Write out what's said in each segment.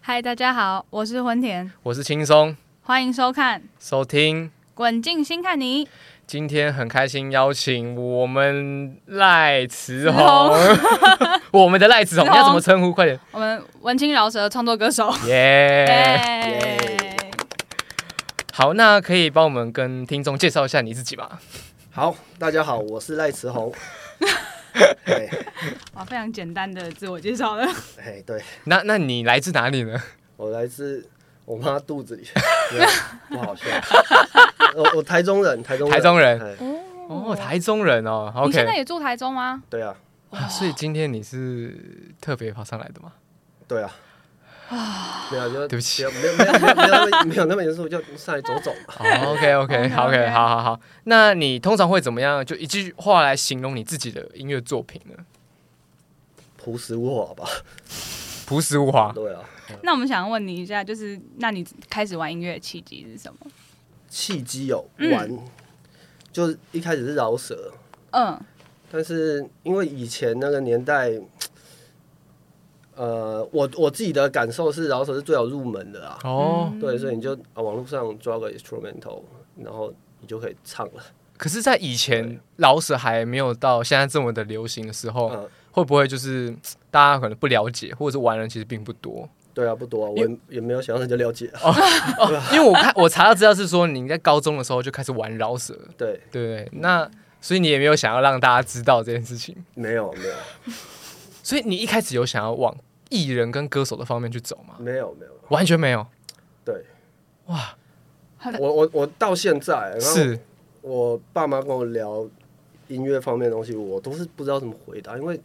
嗨，大家好，我是婚田，我是轻松欢迎收看《收听。滚进新看你》。今天很开心邀请我们赖慈慈红， 我们的赖慈红慈红要怎么称呼？快点，我们文青饶舌的创作歌 手。耶！耶好，那可以帮我们跟听众介绍一下你自己吗？好，大家好，我是赖慈 红。对，哇，非常简单的自我介绍了。哎，对那那你来自哪里呢？我来自我妈肚子里，没有不好笑。我我台中人，台中台中人哎哦，台中人哦你现在，OK。也住台中吗？对啊，啊所以今天你是特别跑上来的吗？对啊。没有，就对不起没有没有没有没有那么没有那么严肃，就上来走走嘛。哦，OK，OK， OK，OK 好，OK，好好好。那你通常会怎么样？就一句话来形容你自己的音乐作品呢？朴实无华吧？朴实无华。对啊，那我们想问你一下，就是那你开始玩音乐的契机是什么？契机有嗯玩，就是一开始是饶舌，嗯，但是因为以前那个年代，呃，我我自己的感受是饶舌是最好入门的啊。哦，对，所以你就啊网络上抓个 instrumental，然后你就可以唱了。可是，在以前老舍还没有到现在这么的流行的时候，嗯，会不会就是嘖大家可能不了解，或者是玩的人其实并不 多？对啊，不多啊，我也也没有想到人家了解哦啊。因为我看我查到资料是说，你在高中的时候就开始玩饶舌，对，对不对？那所以你也没有想要让大家知道这件事情，没有没有所以你一开始有想要往艺人跟歌手的方面去走吗？没有没有，完全没有，对哇，我我哎我到现在，然后是我爸妈跟我聊音乐方面的东西，我都是不知道怎么回答，因为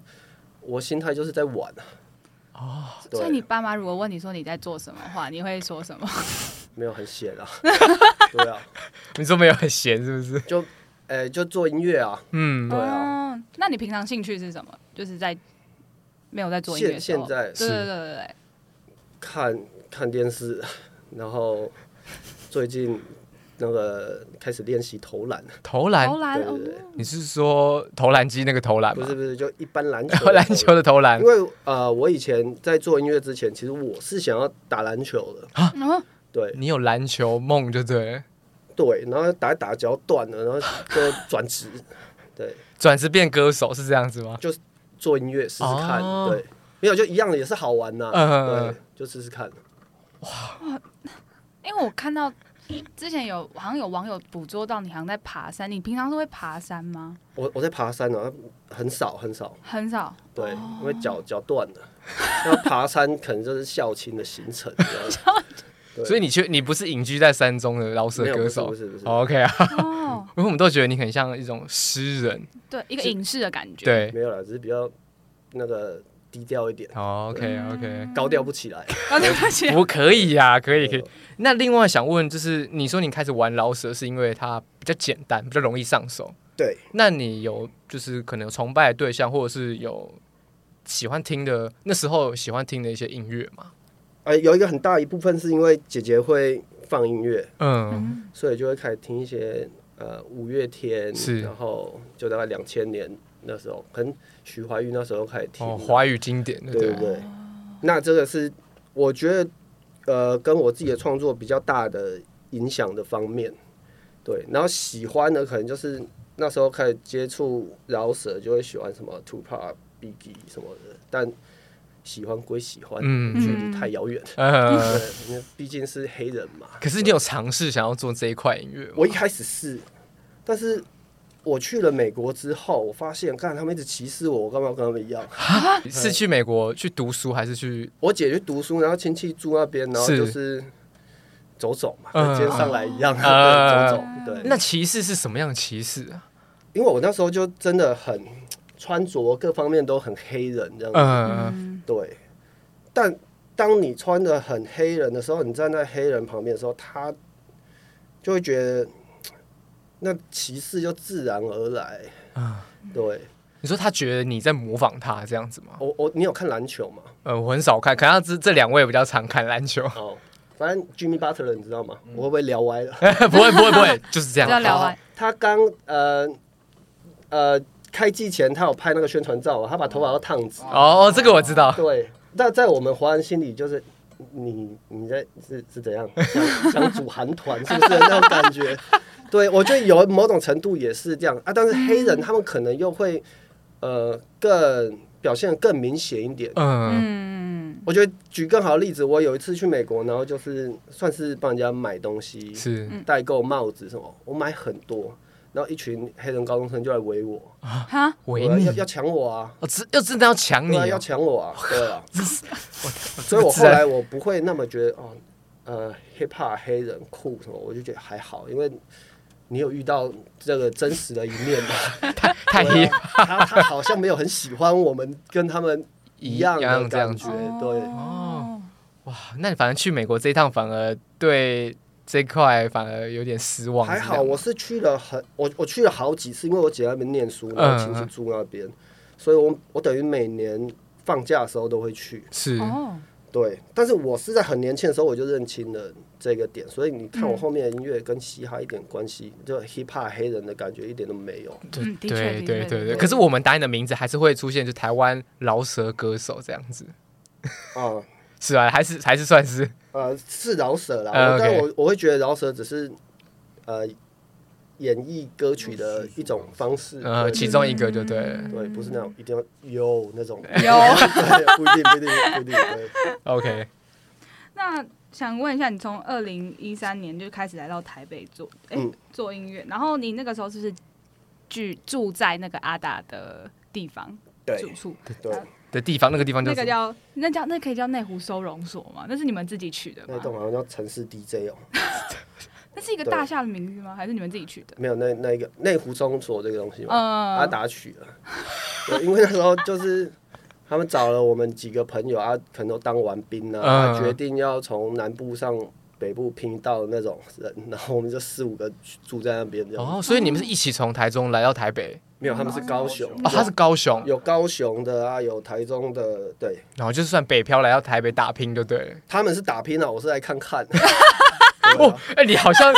我心态就是在玩啊。哦，所以你对，爸妈如果问你说你在做什么的话，你会说什么？没有很闲 啊。对啊，你说没有很闲是不是？就哎、就做音乐啊。嗯对啊哦，那你平常兴趣是什么？就是在没有在做音乐的现时现候，在对对对对对，看看电视，然后最近那个开始练习投篮，投篮投，篮对哦对，对你是说投篮机那个投篮不吗是？不是，就一般篮球。篮球， 的投篮因，为呃，我以前在做音乐之前，其实我是想要打篮球的，哦对你有篮球梦就对了，对，然后打一打脚断了，然后就转职，对，转职变歌手是这样子吗？做音乐试试看，哦对，没有就一样也是好玩呐、嗯嗯嗯对，就试试看，因为我看到之前有好像有网友捕捉到你好像在爬山，你平常是会爬山吗？我我在爬山啊，很少很少，很少，对，哦因为脚脚断了， 要爬山可能就是校庆的 行程，这样对所以你却你不是隐居在山中的饶舌没有歌不是手不是不是， o k 啊，哦，因为我们都觉得你很像一种诗人，对，一个影视的感觉，，对没有了，只是比较那个低调一点，哦，OK OK，高调不起来。高调不起来我可以呀、嗯可以可以呃。那另外想问，就是你说你开始玩饶舌是因为它比较简单，比较容易上手，对，那你有就是可能有崇拜的对象，或者是有喜欢听的那时候喜欢听的一些音乐吗？哎、有一个很大一部分是因为姐姐会放音乐，嗯，所以就会开始听一些呃五月天，是然后就大概两千年那时候，跟徐怀钰那时候开始听，哦，华语经典，对不对对对？对。那这个是我觉得呃跟我自己的创作比较大的影响的方面，对。然后喜欢的可能就是那时候开始接触饶舌，就会喜欢什么 Tupac、Biggie 什么的，但喜欢归喜欢，嗯距离太遥远。呃，对，因为毕竟是黑人嘛。可是你有尝试想要做这一块音乐吗？我一开始是，但是我去了美国之后，我发现，看他们一直歧视我，我干嘛要跟他们一样？是去美国去读书，还是去？我姐去读书，然后亲戚住那边，然后是就是走走嘛，嗯跟今天上来一样，嗯走走。对，那歧视是什么样的歧视啊？因为我那时候就真的很穿着各方面都很黑人这样子，嗯，对。但当你穿的很黑人的时候，你站在黑人旁边的时候，他就会觉得那歧视就自然而来。啊对。你说他觉得你在模仿他这样子吗？我我你有看篮球吗？呃，我很少看，可能这这两位比较常看篮球， 哦，反正 Jimmy Butler 你知道吗？嗯我会不会聊歪了？不会不会不会，就是这不要样。聊歪好他刚呃呃开季前他有拍哦那个宣传照，他把头发都烫直。哦，这个我知道，对，那在我们华人心里就是你你在是是怎样想想组韩团是不是那种感觉？对，我觉得有某种程度也是这样啊，但是黑人他们可能又会呃更表现得更明显一点。嗯，嗯，我觉得举更好的例子，我有一次去美国，然后就是算是帮人家买东嗯西，是代购帽子什么，我买很多，然后一群黑人高中生就来围我，哈，维我尼要，要抢我啊，哦，真要真的要抢你对哦啊，要抢 我啊，对啊，我所以我这个后来我不会那么觉得哦，呃，hip hop 黑人酷什么，我就觉得还好，因为你有遇到这个真实的一面 嘛，太对黑啊他他好像没有很喜欢我们跟他们一样一样的这样感子觉，对。哦，哇，那你反正去美国这一趟，反而对这块反而有点失望。还是这好，样我是去了很我我去了好几次，因为我姐在那边念书，然后亲嗯戚住那边，所以我我等于每年放假的时候都会去。是哦，对，但是我是在很年轻的时候我就认清了这个点，所以你看我后面的音乐跟嘻哈一点关系，就 hip hop 黑人的感觉一点都没有。对嗯的确对的确对的对对。确可是我们打你的名字还是会出现，就台湾饶舌歌手这样子，啊是吧？还是还是算是呃，是饶舌啦，呃我但 OK 我我会觉得饶舌只是呃演绎歌曲的一种方式，呃对其中一个就对了。对，不是那种一定要有那种有 对不一定不一定不一定对。 OK，那想问一下，你从二零一三年就开始来到台北做，哎、嗯做音乐，然后你那个时候是不是居住在那个阿达的地方住对处？对，的地方那个地方叫那什个么？叫那叫那可以叫内湖收容所吗？那是你们自己取的那吗？栋好像叫城市 DJ 哦，那是一个大厦的名字吗？还是你们自己取的？没有那那一个内湖中所这个东西嘛，嗯阿达取了，对因为那时候就是他们找了我们几个朋友啊，可能都当完兵啊，嗯啊决定要从南部上北部拼到那种人，然后我们就四五个住在那边这样，哦，所以你们是一起从台中来到台北没有他们是高雄，哦，他是高雄，有高雄的啊，有台中的，对，然后就是算北漂来到台北打拼就对了。他们是打拼啊，我是来看看。哦，哎，你好像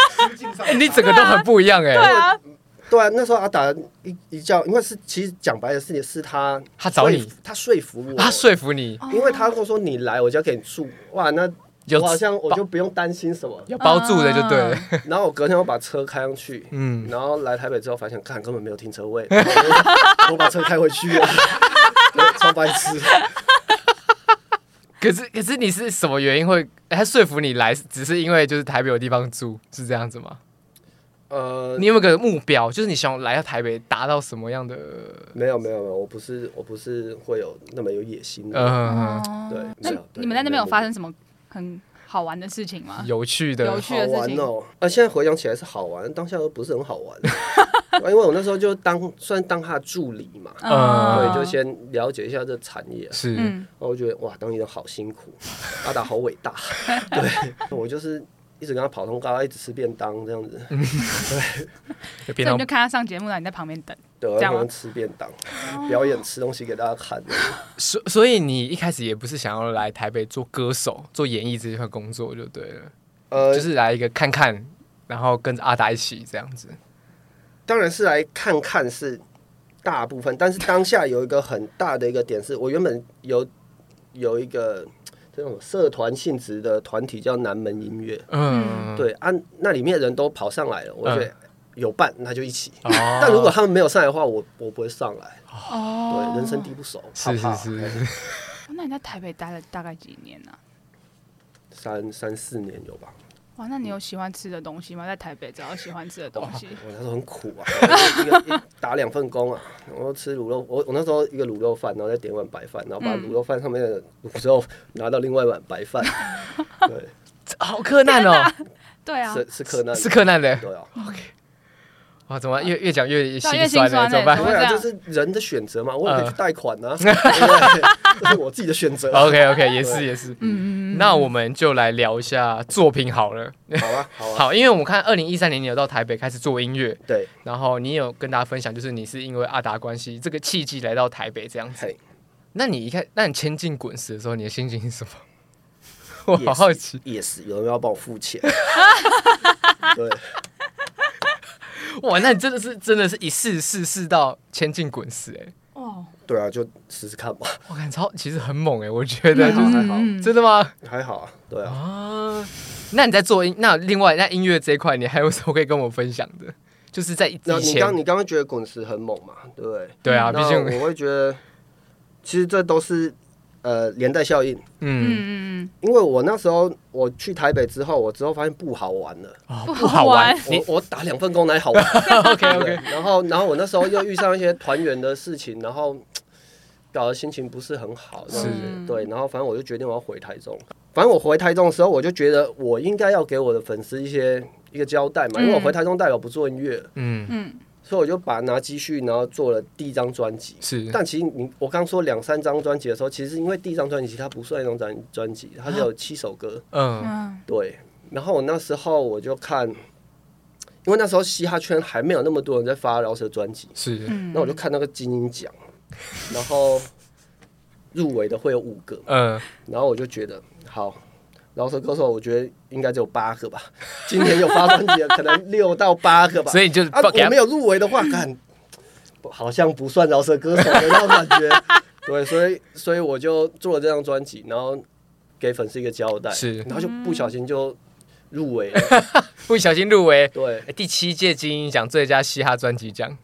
哎你整个都很不一样对哎，啊，对啊，那时候阿达一一叫，因为是其实讲白了是是他他找你啊说服他说服我，他说服你哦因为他跟我说你来，我就要给你住。哇，那有。我好像嗯我就不用担心什么有包住的就对了，然后我隔天我把车开上去，嗯，然后来台北之后发现，看根本没有停车位， 然后我就我把车开回去了， 超白痴。可是可是你是什么原因会、哎他说服你来？只是因为就是台北有地方住，是这样子吗？呃，你有没有个目标？就是你想来到台北达到什么样的？没有没有没有，我不是我不是会有那么有野心的，嗯、对哦没那有啊对你们在那边有发生什么很好玩的事情吗？有趣的嗯有趣的好事玩情哦！啊，现在回想起来是好玩，当下都不是很好玩， 因为我那时候就当算当他的助理嘛，嗯对，就先了解一下这产业，啊是、嗯然后我觉得哇，当医生好辛苦，阿达好伟大。对，我就是一直跟他跑通告，一直吃便当这样子，就所变以到你就看他上节目，然后你在旁边等。对，我这喜样吗欢吃便当，表演吃东西给大家看。所所以你一开始也不是想要来台北做歌手、做演艺这份工作就对了，呃就，是来一个看看，然后跟着阿达一起这样子。当然是来看看是大部分，但是当下有一个很大的一个点是，我原本有有一个这种社团性质的团体叫南门音乐，嗯，对啊，那里面人都跑上来了，我觉得有伴那就一起。哦。但如果他们没有上来的话，我我不会上来。哦对，人生地不熟，怕是怕是是是是，那你在台北待了大概几年呢、啊三三四年有吧？哇，那你有喜欢吃的东西吗？在台北找到喜欢吃的东西，我那时候很苦啊， 一个一打两份工啊，然后吃卤肉，我我那时候一个卤肉饭，然后再点一碗白饭，然后把嗯卤肉饭上面的卤肉拿到另外一碗白饭，对， 好困难哦，对啊，是是柯南，是柯南的对啊，哇，怎么越越讲越对啊心越酸心酸了？怎么欸办怎对么？会啊，这就样是人的选择嘛，我也可以嗯去贷款啊，对不对 这是我自己的选择，啊好 OK OK，也是也是，嗯嗯，那我们就来聊一下作品好了。啊，好啊，好，因为我们看二零一三年你有到台北开始做音乐，对，然后你有跟大家分享，就是你是因为阿达关系这个契机来到台北这样子。嘿，那你一开，那你前进滚石的时候，你的心情是什么？ 我也好是好奇，也是有人要帮我付钱，对，哇，那你真的是真的是一试试试到前进滚石哎、哦，对啊，就试试看吧，我感超其实很猛哎、我觉得就是还好嗯真的吗？还好啊，对啊，啊，那你在做音，那另外那音乐这一块，你还有什么可以跟我分享的？就是在以那你前刚，你刚刚觉得滚石很猛嘛，对不对？对啊，毕那竟我会觉得，其实这都是呃连带效应。嗯嗯嗯因为我那时候我去台北之后，我之后发现不好玩了，啊不不好好玩玩，你我我打两份工哪里好玩 OK OK，然后然后我那时候又遇上一些团员的事情，然后搞得心情不是很好，这样子是对，然后反正我就决定我要回台中。反正我回台中的时候，我就觉得我应该要给我的粉丝一些一个交代嘛，因为我回台中代表不做音乐，嗯嗯所以我就把拿积蓄，然后做了第一张专辑。是但其实你我刚说两三张专辑的时候，其实因为第一张专辑其实它不算一张专专辑，它只啊有七首歌。嗯嗯对，然后我那时候我就看，因为那时候嘻哈圈还没有那么多人在发饶舌专辑，是嗯，那我就看那个金鹰奖，然后入围的会有五个，嗯然后我就觉得好。饶舌歌手，我觉得应该只有八个吧。今年有发专辑的，可能六到八个 吧。所以你就啊，报给我他没有入围的话，看好像 不算饶舌歌手的那种感 觉。对，所以所以我就做了这张专辑，然后给粉丝一个交代，是然后就不小心就入 围了。不小心入围对哎第七届金鹰奖最佳嘻哈专辑奖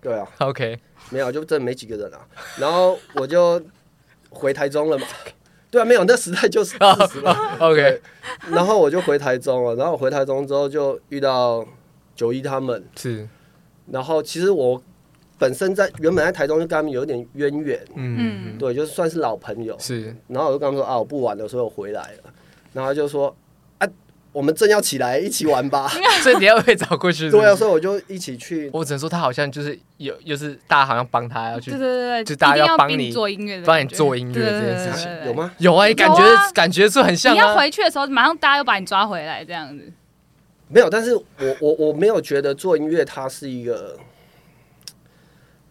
对啊， ，OK，没有，就真的没几个人啊。然后我就回台中了嘛。 对啊，没有，那时代就是啊四十了。哦 OK，然后我就回台中了，然后我回台中之后就遇到九一他们，是，然后其实我本身在原本在台中就跟他们有点渊源，嗯，对，就算是老朋友。是，然后我就跟他们说啊，我不玩了，所以我回来了。然后他就说啊，我们正要起来一起玩吧。 所以你要被找过去，对啊，，所以我就一起去。我只能说他好像就是有，就是大家好像帮他要去对对对对，就大家一定要要帮逼你做音乐的感觉，帮你做音乐对对这件对事对情对对有吗？有啊，你感觉有啊感觉是很像你要啊，回去的时候，马上大家又把你抓回来，这样子。没有，但是我我我没有觉得做音乐它是一个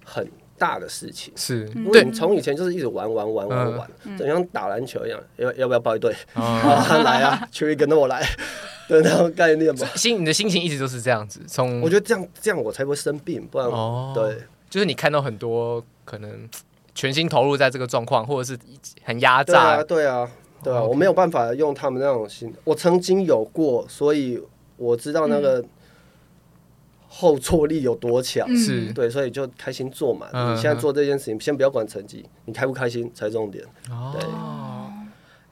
很大的事情。是嗯因为对你，从以前就是一直玩玩玩玩玩，就像打篮球一样，要要不要报一队？ 哦啊，来啊，去一个，那我来 的那种概念吧。心你的心情一直都是这样子，从嗯我觉得这样这样我才不会生病，不然我哦，啊对，就是你看到很多可能全心投入在这个状况，或者是很压对啊，榨，对啊，对啊，哦 OK 我没有办法用他们那种心。我曾经有过，所以我知道那嗯个后坐力有多强。嗯是对，所以就开心做嘛。嗯你现在做这件事情，先不要管成绩，你开不开心才重点。哦。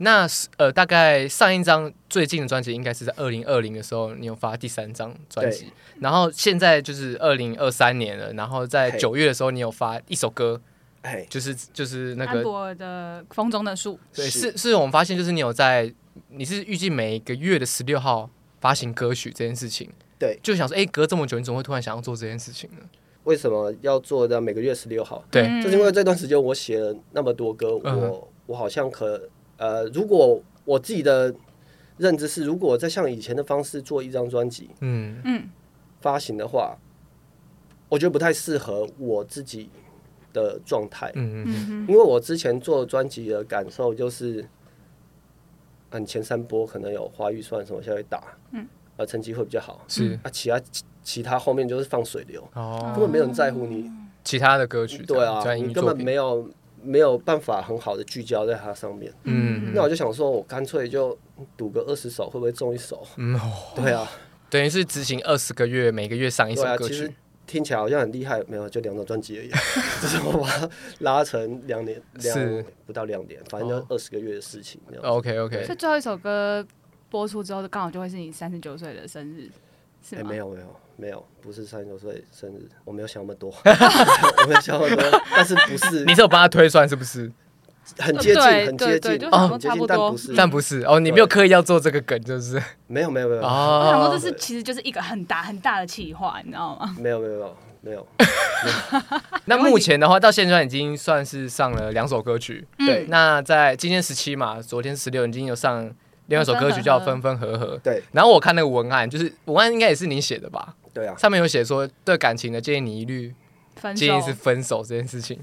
那是呃，大概上一张最近的专辑应该是在二零二零的时候，你有发第三张专辑，然后现在就是二零二三年了，然后在嘿九月的时候，你有发一首歌，哎，就是就是那安个博的《风中的树》，对，是是是我们发现就是你有在，你是预计每个月的十六号发行歌曲这件事情，对，就想说，哎、隔这么久，你怎么会突然想要做这件事情呢？为什么要做到每个月十六号？对，嗯就是因为这段时间我写了那么多歌，嗯我我好像可呃，如果我自己的认知是，如果我再像以前的方式做一张专辑嗯，嗯发行的话，我觉得不太适合我自己的状态，嗯嗯，嗯因为我之前做专辑的感受就是，啊，你前三波可能有花预算什么下去打，嗯，呃，成绩会比较好，是啊，其他其其他后面就是放水流，哦，根本没有人在乎你其他的歌曲，嗯对啊，专你音根作本品，没有没有办法很好的聚焦在它上面。嗯，那我就想说，我干脆就赌个二十首，会不会中一首？嗯，哦对啊，等于是执行二十个月，每个月上一首对啊，歌其实曲，听起来好像很厉害，没有，就两张专辑 而已。啊就是我把它拉成两年，是两不到两年，反正就哦二十个月的事情这样。 OK 嗯，所 OK，以最后一首歌播出之后，刚好就会是你三十九岁的生日，是哎，吗？没有没有没有，不是三十多岁生日，我没有想那 么多，我没有想那么多，但是不是你是有帮他推算是不是？很接近，对很对接对近，就想说哦很接差近不，但多不是，但不是哦，你没有刻意要做这个梗，就是没有没有没有，我想说哦这，是其实就是一个很大很大的企划，你知道 吗？没有没有没有没有，那目前的话，到现在已经算是上了两首歌曲，对嗯那在今天十七嘛，昨天十六已经有上另外一首歌曲叫《分分合合》。对然后我看那个文案，就是文案应该也是你写的吧？对啊，上面有写说对感情的建议，你一律分建手议是分手这件事情。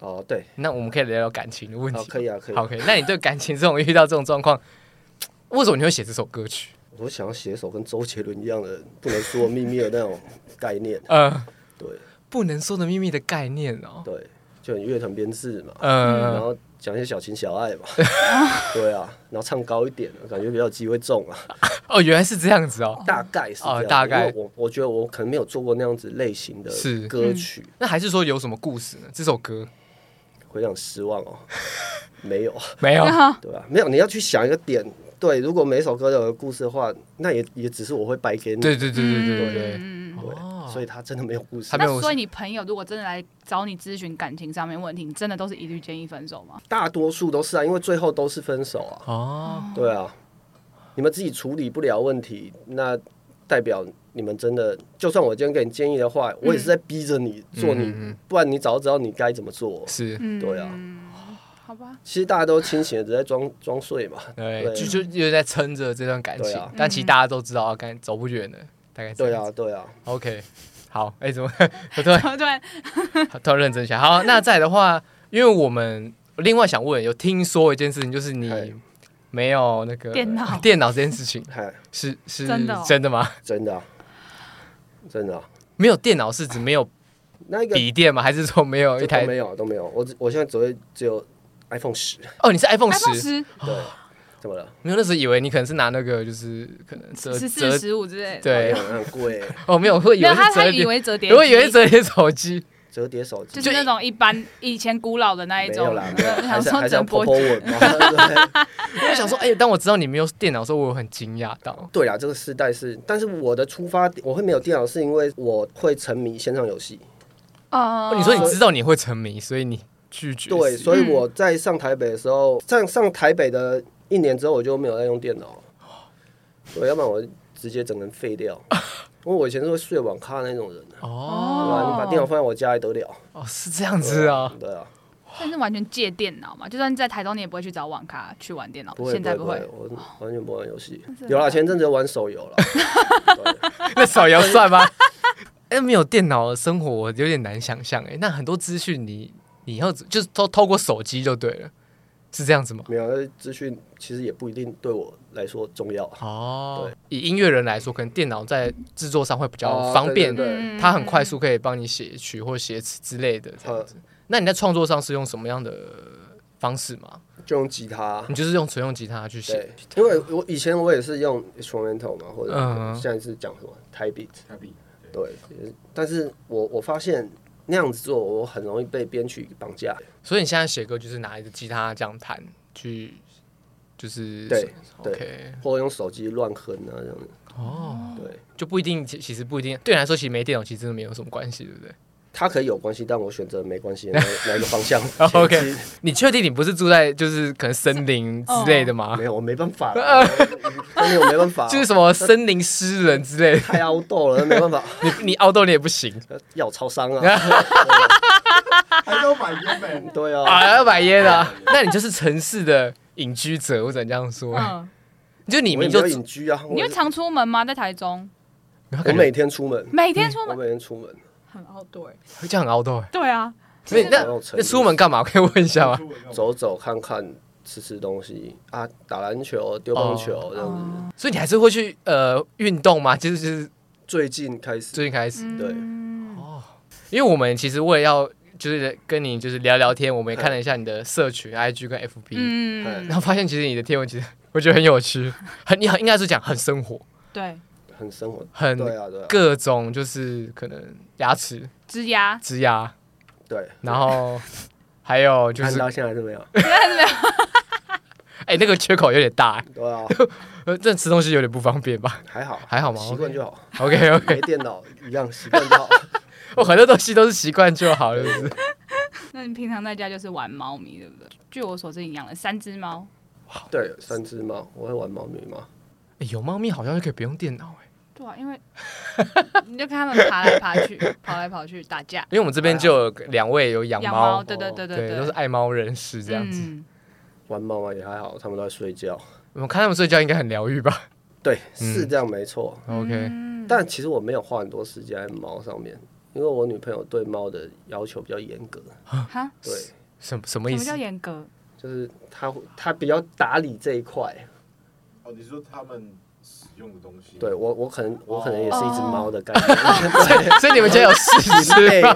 哦对，那我们可以聊聊感情的问题好吗。可以啊可以啊好，可以。那你对感情这种遇到这种状况，为什么你会写这首歌曲？我想要写一首跟周杰伦一样的不能说秘密的那种概念。呃，对不能说的秘密的概念哦。对，就很乐团编制嘛，然嗯，后讲一些小情小爱 嘛，对啊，然后唱高一点，感觉比较有机会中啊，哦，原来是这样子哦。大概是这哦样。大概因为我我觉得我可能没有做过那样子类型的是歌曲，那还是说有什么故事呢？这首歌会让失望哦，没有，没有， 对吧、没有，你要去想一个点。对，如果每首歌都有个故事的话，那也也只是我会掰给你。对对对对对对对，嗯嗯嗯嗯对哦所以他真的没有故事他。没有那所以你朋友如果真的来找你咨询感情上面问题，你真的都是一律建议分手吗？大多数都是啊，因为最后都是分手啊。哦，对啊，你们自己处理不了问题，那代表你们真的，就算我今天给你建议的话，我也是在逼着你做你，嗯嗯嗯嗯不然你早就知道你该怎么做。是，嗯，对啊，好吧，其实大家都清醒的，只在装装睡嘛。对，对就就又在撑着这段感对情啊，但其实大家都知道，啊，该走不远了，大概这对样啊，子对啊， ，OK，好，哎，怎么我突然对，突然认真一下。好，那再来的话，因为我们另外想问，有听说一件事情，就是嗨你没有那个电脑电脑这件事情嗨，是是真的哦吗？真的啊、真的啊、没有电脑是指没有那个笔电吗？ 还是说没有一这都台没？有都没有，我只我现在只会只有 iPhone 十。哦，你是 iPhone ，iPhone 十？ 十、对，怎么了？没有，那时候以为你可能是拿那个，就是可能折十折四、十五之类的。对好像很贵欸，哦，没有，会以没为有是他，他折以叠，为折叠机，我以为是折叠手机。折叠手机就是那种一般以前古老的那一没种有啦，没有，，还 想是还说是要整泼波泼我嘛。对我 想说，哎，当我知道你没有电脑的时候，我有很惊讶到。对啊啦，这个世代是，但是我的出发点，我会没有电脑，是因为我会沉迷线上游戏。哦哦你说你知道你会沉迷，所以你拒绝。对，所以嗯我在上台北的时候，上上台北的一年之后，我就没有在用电脑了。对，要不然我直接整个人废掉。因为我以前是会睡网咖的那种人，啊对哦吧？哦你把电脑放在我家还得了？哦，是这样子啊。对啊，但是完全戒电脑嘛，就算在台中，你也不会去找网咖去玩电脑不。会现不在会不会会，，我完全不玩游戏。真的有假啦，的前阵子有玩手游了。 对 那手摇算吗？哎、没有电脑的生活我有点难想象哎、那很多资讯你你要就是透透过手机就对了，是这样子吗？没有，那资讯其实也不一定对我来说重要啊。哦，以音乐人来说，可能电脑在制作上会比较哦方便，对嗯它很快速可以帮你写曲或写词之类的这呃样子。那你在创作上是用什么样的方式吗？就用吉他你，就是用纯用吉他去对写，，因为我以前我也是用 instrumental 嘛，或者嗯现在是讲什么 type beat，对，也是但是我我发现那样子做，我很容易被编曲绑架。所以你现在写歌就是拿一个吉他这样弹去，就是对对 OK 或者用手机乱哼啊，这样子。哦。对，就不一定，其其实不一定，对你来说其实没电脑其实真的没有什么关系，对不对？它可以有关系，但我选择 没关系的那那一个方向。 OK 前期你确定你不是住在就是可能森林之类的吗？没有，我没 办法啦，真的我没办法，就是什么森林诗人之类的，太凹豆了，没办法，你你凹豆你也不行要有超商 啊，还都买原本 对啊， 啊，要买烟的啊。哎那你就是城市的隐居者，我只能这样说。嗯，就你我们也没就有隐居啊，我你会常出门吗？在台中，我每天出门，每天出嗯我门每天出门，很 outdoor。会这样很凹豆哎。对啊，所以那我有成那出门干嘛？可以问一下吗？走走看看，吃吃东西啊，打篮球、丢棒哦球这样子。所以你还是会去呃运动吗？就是就是最近开始，最近开始，对嗯因为我们其实为了要就是跟你就是聊聊天，我们也看了一下你的社群 IG 跟 FB，嗯，然后发现其实你的贴文其实我觉得很有趣，很你很应该是讲很生活，对，很生活，很对啊，对啊，各种就是可能牙齿、枝丫植牙，对。然后还有就 看是到现在是 没有，哎、那个缺口有点大、欸，对啊，呃，这吃东西有点不方便吧还好，还好吗习惯就好， ？OK 没 OK，电脑一样习惯就好。 我很多东西都是习惯就好，就是 那你平常在家就是玩猫咪，对不对？据我所知，你养了三只猫，对，三只猫，我会玩猫咪吗？欸有猫咪好像就可以不用电脑哎、对啊，因为 你就看它们爬来爬去，跑来跑去打架，因为我们这边就有两位有养养猫，对对对对，对，都是爱猫人士这样子。嗯玩猫嘛也还好，它们都在睡觉。我们看他们睡觉应该很疗愈吧对，嗯是这样没错。 ？OK，嗯但其实我没有花很多时间在猫上面，因为我女朋友对猫的要求比较严格。哈，对，什么什么什意么思叫？严格？就是她会她比较打理这一块。哦，你说他们使用的东西，对我，我可能我可能也是一只哦 猫的概念，所以你们家有事对是对吗？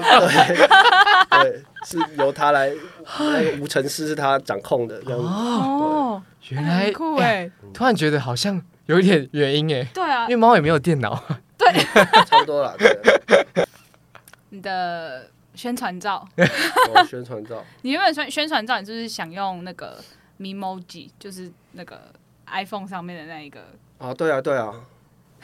对，是由他来，那个无尘室是他掌控的这样子。哦， 原来很酷哎哎，突然觉得好像有一点原因哎，对啊因为，猫也没有 电脑，差不多了。对你的宣传照， 我宣传照，你原本宣宣传照，你就是想用那个 Memoji，就是那个 iPhone 上面的那一个， 啊，对啊，对啊，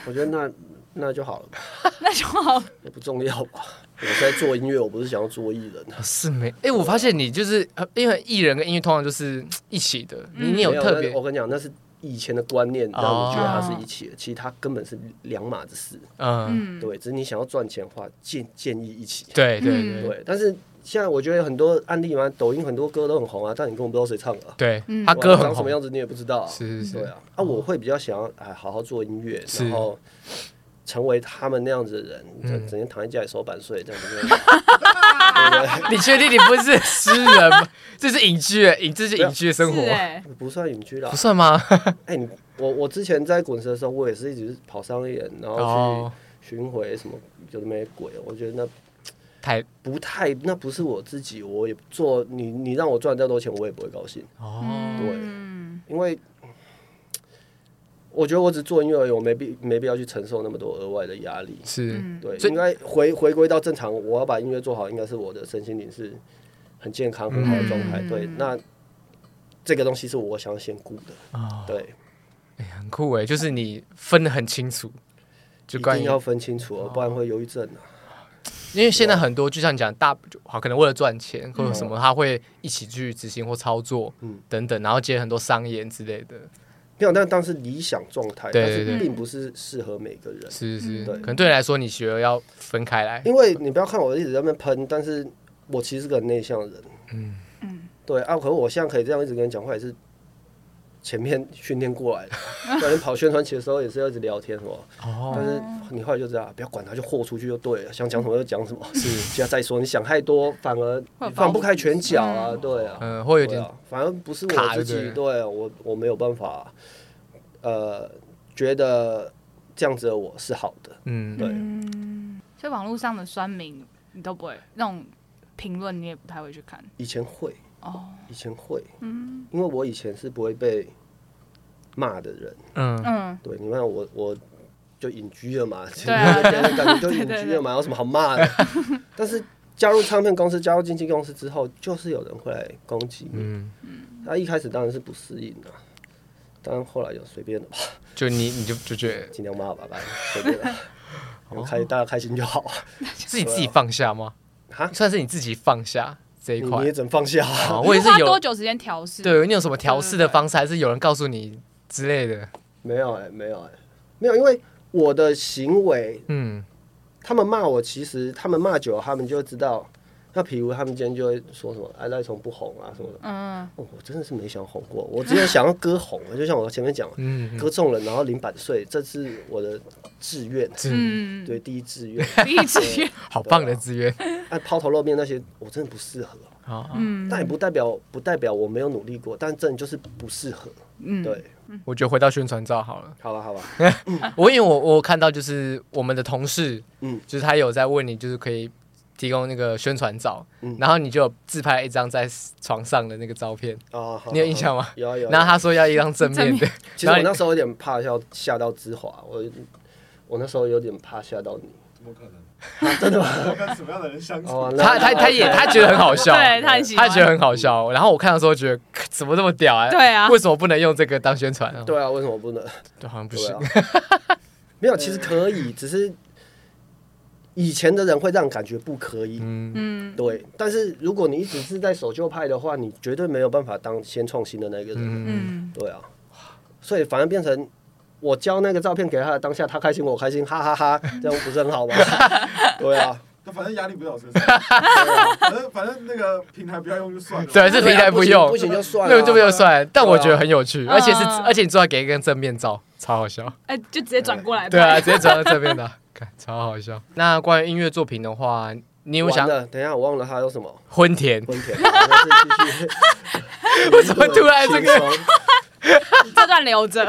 我觉得那那就好了吧，那就好。也不重要吧。我在做音乐，我不是想要做艺人。啊是没哎，我发现你就是呃因为艺人跟音乐通常就是一起的，你嗯你有没特那别我跟你讲，那是以前的观念让哦你觉得它是一起的，其实它根本是两码子事。嗯，嗯，对，只是你想要赚钱的话，建建议一起。对对嗯对对，但是现在我觉得很多案例嘛，抖音很多歌都很红啊，但你根本不知道谁唱的啊。对，嗯他歌长很什么红，样子你也不知道啊。是是对是，啊，啊，我会比较想要哎，好好做音乐，是然后成为他们那样子的人，嗯整整天躺在家里手板碎这样子，对不你确定你不是诗人 吗？这是隐居哎，隐这是隐居的生活是，哎，对？不算隐居啦不。算吗？哎，你我我之前在滚石的时候，我也是一直跑商演，然后哦，去巡回什么，就是没鬼，我觉得那太不太，那不是我自己，我也做你你让我赚再多钱，我也不会高兴，哦，对嗯，因为。我觉得我只做音乐而已，我没必没必要去承受那么多额外的压力。是嗯对，所以应该回回归到正常，我要把音乐做好，应该是我的身心灵是很健康、很好的状态。嗯对，那这个东西是我想要先顾的。哦，对，哎很酷哎，就是你分得很清楚，就一关定于要分清楚哦，不然会忧郁症啊。因为现在很多，就像你讲，大好可能为了赚钱或者什么，他会一起去执行或操作，嗯等等，然后接很多商演之类的，没有，那当然是理想状态，对但是对对并不是适合每个人。是是，嗯对可能对你来说，你学了要分开来，因为你不要看我一直在那边喷，但是我其实是个很内向的人。嗯嗯对啊，可是我现在可以这样一直跟你讲话，也是前面训练过 来的。对，你跑宣传期的时候也是要一直聊天，是吧？哦，但是你后来就知道，不要管他，就豁出去就对了，想讲什么就讲什么。是， 现在再说，你想太多，反而会有放不包袱开拳脚啊，对啊，嗯，会有对点啊，反正不是卡我就自对己，了对啊我我没有办法，呃，觉得这样子的我是好的，嗯，对，所以网络上的酸民你都不会，那种评论你也不太会去看。以前会，哦，嗯以前会，因为我以前是不会被骂的人，嗯，嗯，对，你看我我就隐居了嘛，对啊对感觉就隐居了嘛，有什么好 骂的？但是加入唱片公司、加入经纪公司之后，就是有人会来攻击你。嗯，他一开始当然是不适应的、当然后来就随便了吧，就你你就就觉得尽量骂吧，反正随便了，有开大家开心就好。自己自己放下吗？啊哈，算是你自己放下这一你块你也整放下、啊，啊。我也是花多有，久时嗯间调试？，对你有什么调试的方式，还是有人告诉你之类的？没有哎、没有哎、没有，因为我的行为，嗯，他们骂我，其实他们骂久了，他们就会知道。那比如他们今天就会说什么“哎，赖床不红啊”什么的，嗯，哦，我真的是没想红过，我只有想要歌红，就像我前面讲，嗯歌中了，然后零版税，这是我的志愿，嗯，嗯，对，第一志愿。第 一志愿，啊好棒的资源按抛头露面那些，我真的不适合，啊！嗯但也不代表不代表我没有努力过，但真的就是不适合。嗯，对，我觉得回到宣传照好了。好 吧，好吧，我因为我我看到就是我们的同事，嗯嗯，就是他有在问你，就是可以提供那个宣传照，嗯然后你就有自拍了一张在床上的那个照片，啊，好你有印象吗？有啊有啊。然后他说要一张正面的，他其实然后我你那时候有点怕吓吓到之华，我我那时候有点怕吓到你。怎么可能？真的吗？要跟什么样的人相处？哦， 那他他他也他觉得很好笑， 对，他很喜他欢，觉得很好笑。然后我看的时候觉得咳怎么这么屌啊？对啊为什么不能用这个当宣传啊？对啊，为什么不能？对，好像不对行啊。， 没有，其实可以，只是以前的人会让你感觉不可以。嗯，嗯，对，但是如果你一直是在守旧派的话，你绝对没有办法当先创新的那个人。嗯，对啊，所以反而变成我交那个照片给他的当下，他开心我开心，哈哈 哈这样不是很好吗？对啊，那反正压力不在我身上。对啊反正反正那个平台不要用就算了。对，这对平啊台不行用，不行就算了那啊，就不就算。但对啊我觉得很有趣，而且是嗯而且你最好给一个正面照，超好笑。哎，就直接转过来吧，对啊，直接转到这边的， 看超好笑。那关于音乐作品的话，你有想完了，等一下我忘了他有什 么婚田？婚田，还是继续 为什么突然这个轻松？这段留着，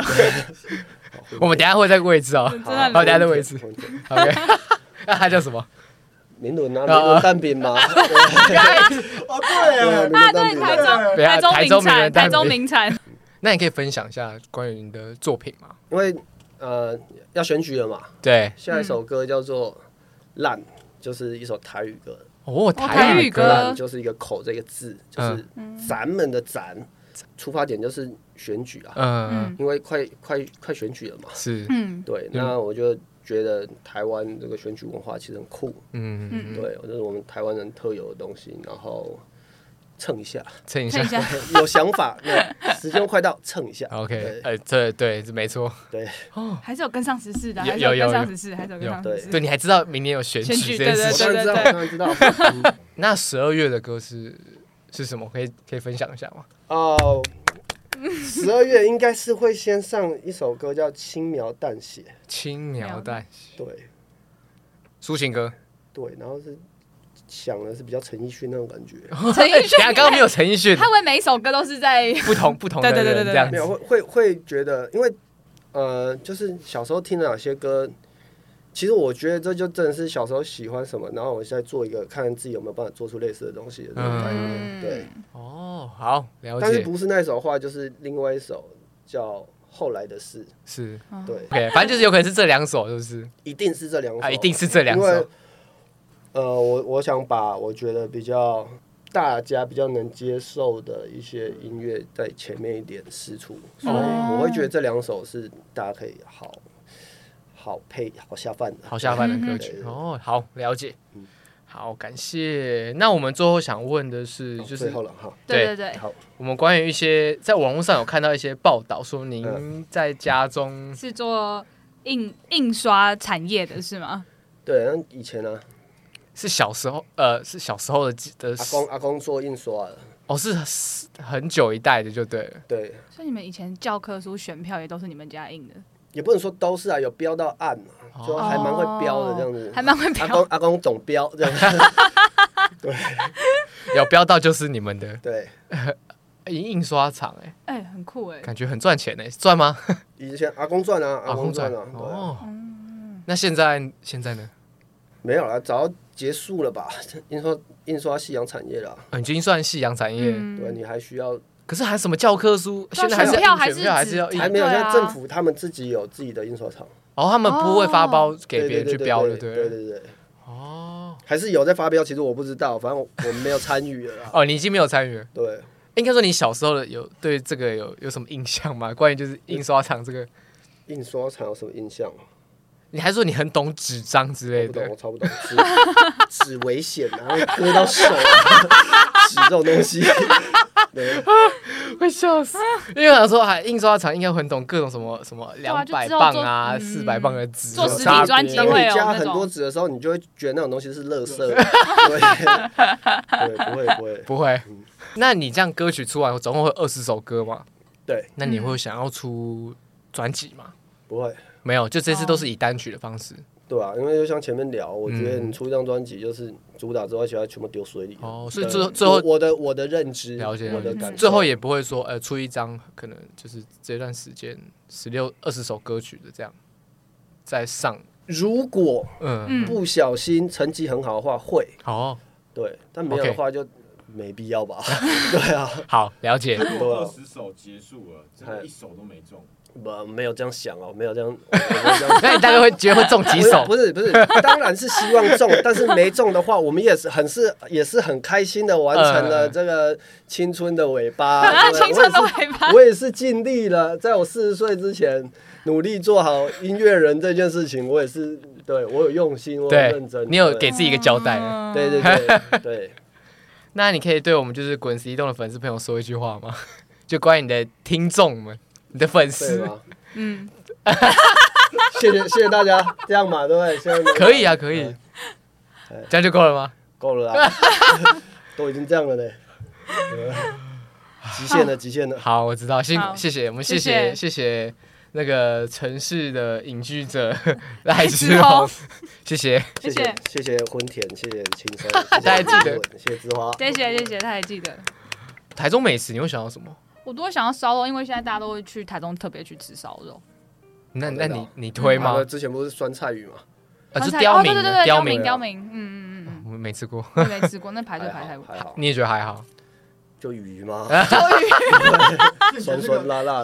我们等一下会再位置哦。 这段 好，等一留着，下 再位置。婚田 OK，那他叫什么？明伦啊，明伦蛋饼嘛，对哦，对对啊，耶明，啊，伦蛋对，饼台嘛。中，对啊台台中中名名人产，蛋台中饼名产，那你可以分享一下关于你的作品吗？因为呃要选举了嘛，对，下一首歌叫做《烂》，就是一首台语歌。哦，台语语歌烂就是一个“口”这个字，就是咱们的“咱”，出发点就是选举啊，嗯，因为快快快选举了嘛。是，嗯，对，嗯那我就觉得台湾这个选举文化其实很酷，嗯，对，这是我们台湾人特有的东西，然后蹭一下，蹭一下看一下，有想法，那时间快到，蹭一下。 ，OK，对呃，这对，这没错，还是有跟上时事的，有还是有有跟有上时事，还是有跟上时事。对，你还知道明年有选选举举 这件对事我情当？然知道，我对当然知道。 嗯那十二月的歌是是什么？可以可以分享一下吗？哦，十二月应该是会先上一首歌叫《轻描淡写》，轻描淡写，对抒情歌。对，然后是想的是比较陈奕迅那种感觉，哦陈奕迅等一下刚刚没有陈奕迅他，会每一首歌都是在不同不同的对对对人对对这样没有子。会会会觉得，因为呃，就是小时候听了哪些歌，其实我觉得这就真的是小时候喜欢什么，然后我现在做一个，看自己有没有办法做出类似的东西的那种感觉，嗯对。哦，好，了但是解，不是那首话，就是另外一首叫《后来的事是》，对， OK，反正就是有可能是这两首，是不是？一定是这两首，啊，一定是这两因为首。呃，我我想把我觉得比较大家比较能接受的一些音乐在前面一点试出，嗯所以我会觉得这两首是大家可以好好配好下饭的。好下饭的歌曲嗯嗯哦，好了解嗯，好感谢。那我们最后想问的是，就哦最是后了哈，对 对对对，好，我们关于一些在网络上有看到一些报道，说嗯您在家中是做印印刷产业的是吗？对，那以前呢、是小时候，呃，是小时候的记的阿公阿公做印刷的，哦，是是很久一代的，就对了。对，所以你们以前教科书选票也都是你们家印的，也不能说都是啊，有标到暗嘛，哦就哦还蛮会标的这样子哦。还蛮会阿公标。阿公懂标这样子，有标到就是你们的对。欸印刷厂，哎，哎，很酷哎，感觉很赚钱哎，赚吗？以前阿公赚啊，阿公赚啊，对啊哦。嗯那现在现在呢？没有啦，早结束了吧？ 印刷印刷夕阳产业啦，呃已经算夕阳产业，对你还需要，可是还什么教科书，对啊现在还是要嗯选票印选票还还是是要印纸还没有。对现啊在政府他们自己有自己的印刷厂，哦，他们不会发哦包给对别人去对对标的，对对对了对对，哦还是有在发标，其实我不知道，反正我我们没有参 与了啦。哦，你已经没有参与了。对，应该说你小时候的有对这个有有什么印象吗？关于就是印刷厂这个，印刷厂有什么印象？你还说你很懂纸张之我类不懂，的我，超不懂。纸 纸危险啊，会割到手啊， 纸这种 东西。对，哦会笑啊死。因为我想说，还印刷厂应该很懂各种什么什么对啊两就百知道磅做啊、嗯四百磅的纸，做有实体差别专辑当会你有加那很多种纸的时候，你就会觉得那种东西是垃 圾。对， 对，不会不会。不会。嗯那你这样歌曲出来，总共会二十首歌嘛？对，那你会想要出专辑吗？不会。没有，就这次都是以单曲的方式。对啊，因为就像前面聊，我觉得你出一张专辑就是主打之外，其他全部丢水里。嗯哦所以对最后最后我我的我的认知，了解我的感受，最后也不会说，呃，出一张可能就是这段时间十六二十首歌曲的这样再上，如果嗯，嗯，不小心成绩很好的话会好哦、对，但没有的 OK 话就没必 要吧。对啊，好了 解，如果二十首结束了，真的一首都没中，不没有这样想哦，没有 这样，我没有这样那你大概会觉得会中几首？不是不是，当然是希望中， 但是没中的话，我们也是很是也是很开心的完成了嗯这个青春的 尾巴，啊，对不对青春的我也是尾巴，我也是尽力了，在我四十岁之前，努力做好音乐人这件事情，我也是对我有用心，我有对认真，，你有对给自己一个交代。嗯对对对对，那你可以对我们就是滚石移动的粉丝朋友说一句话吗？ 就关于你的听众们，你的粉对丝，吗？嗯，谢谢谢谢大家，这样嘛，对不对？现 在可以啊，可以，这样就够了吗？够了啦，都已经这样了嘞，对吧极限了极限了，好，我知道，辛苦，好谢谢，我们谢谢谢谢谢谢那个城市的隐 居者赖志志宏宏， 谢谢。谢谢谢谢婚田，谢谢青山，大谢谢家记得文谢谢之花，谢谢谢谢，他还记得。台中美食你会想到什么？我都会想要烧肉，因为现在大家都会去台中特别去吃烧肉。那我那知道你你推啊吗？之前不是酸菜鱼嘛，啊，就川菜刁哦民对对对的，对，刁刁民民的刁民，嗯嗯嗯。 没吃过，我也没吃过，那排队排还太好久。还好，你也觉得还好？就鱼吗？酸酸辣辣的。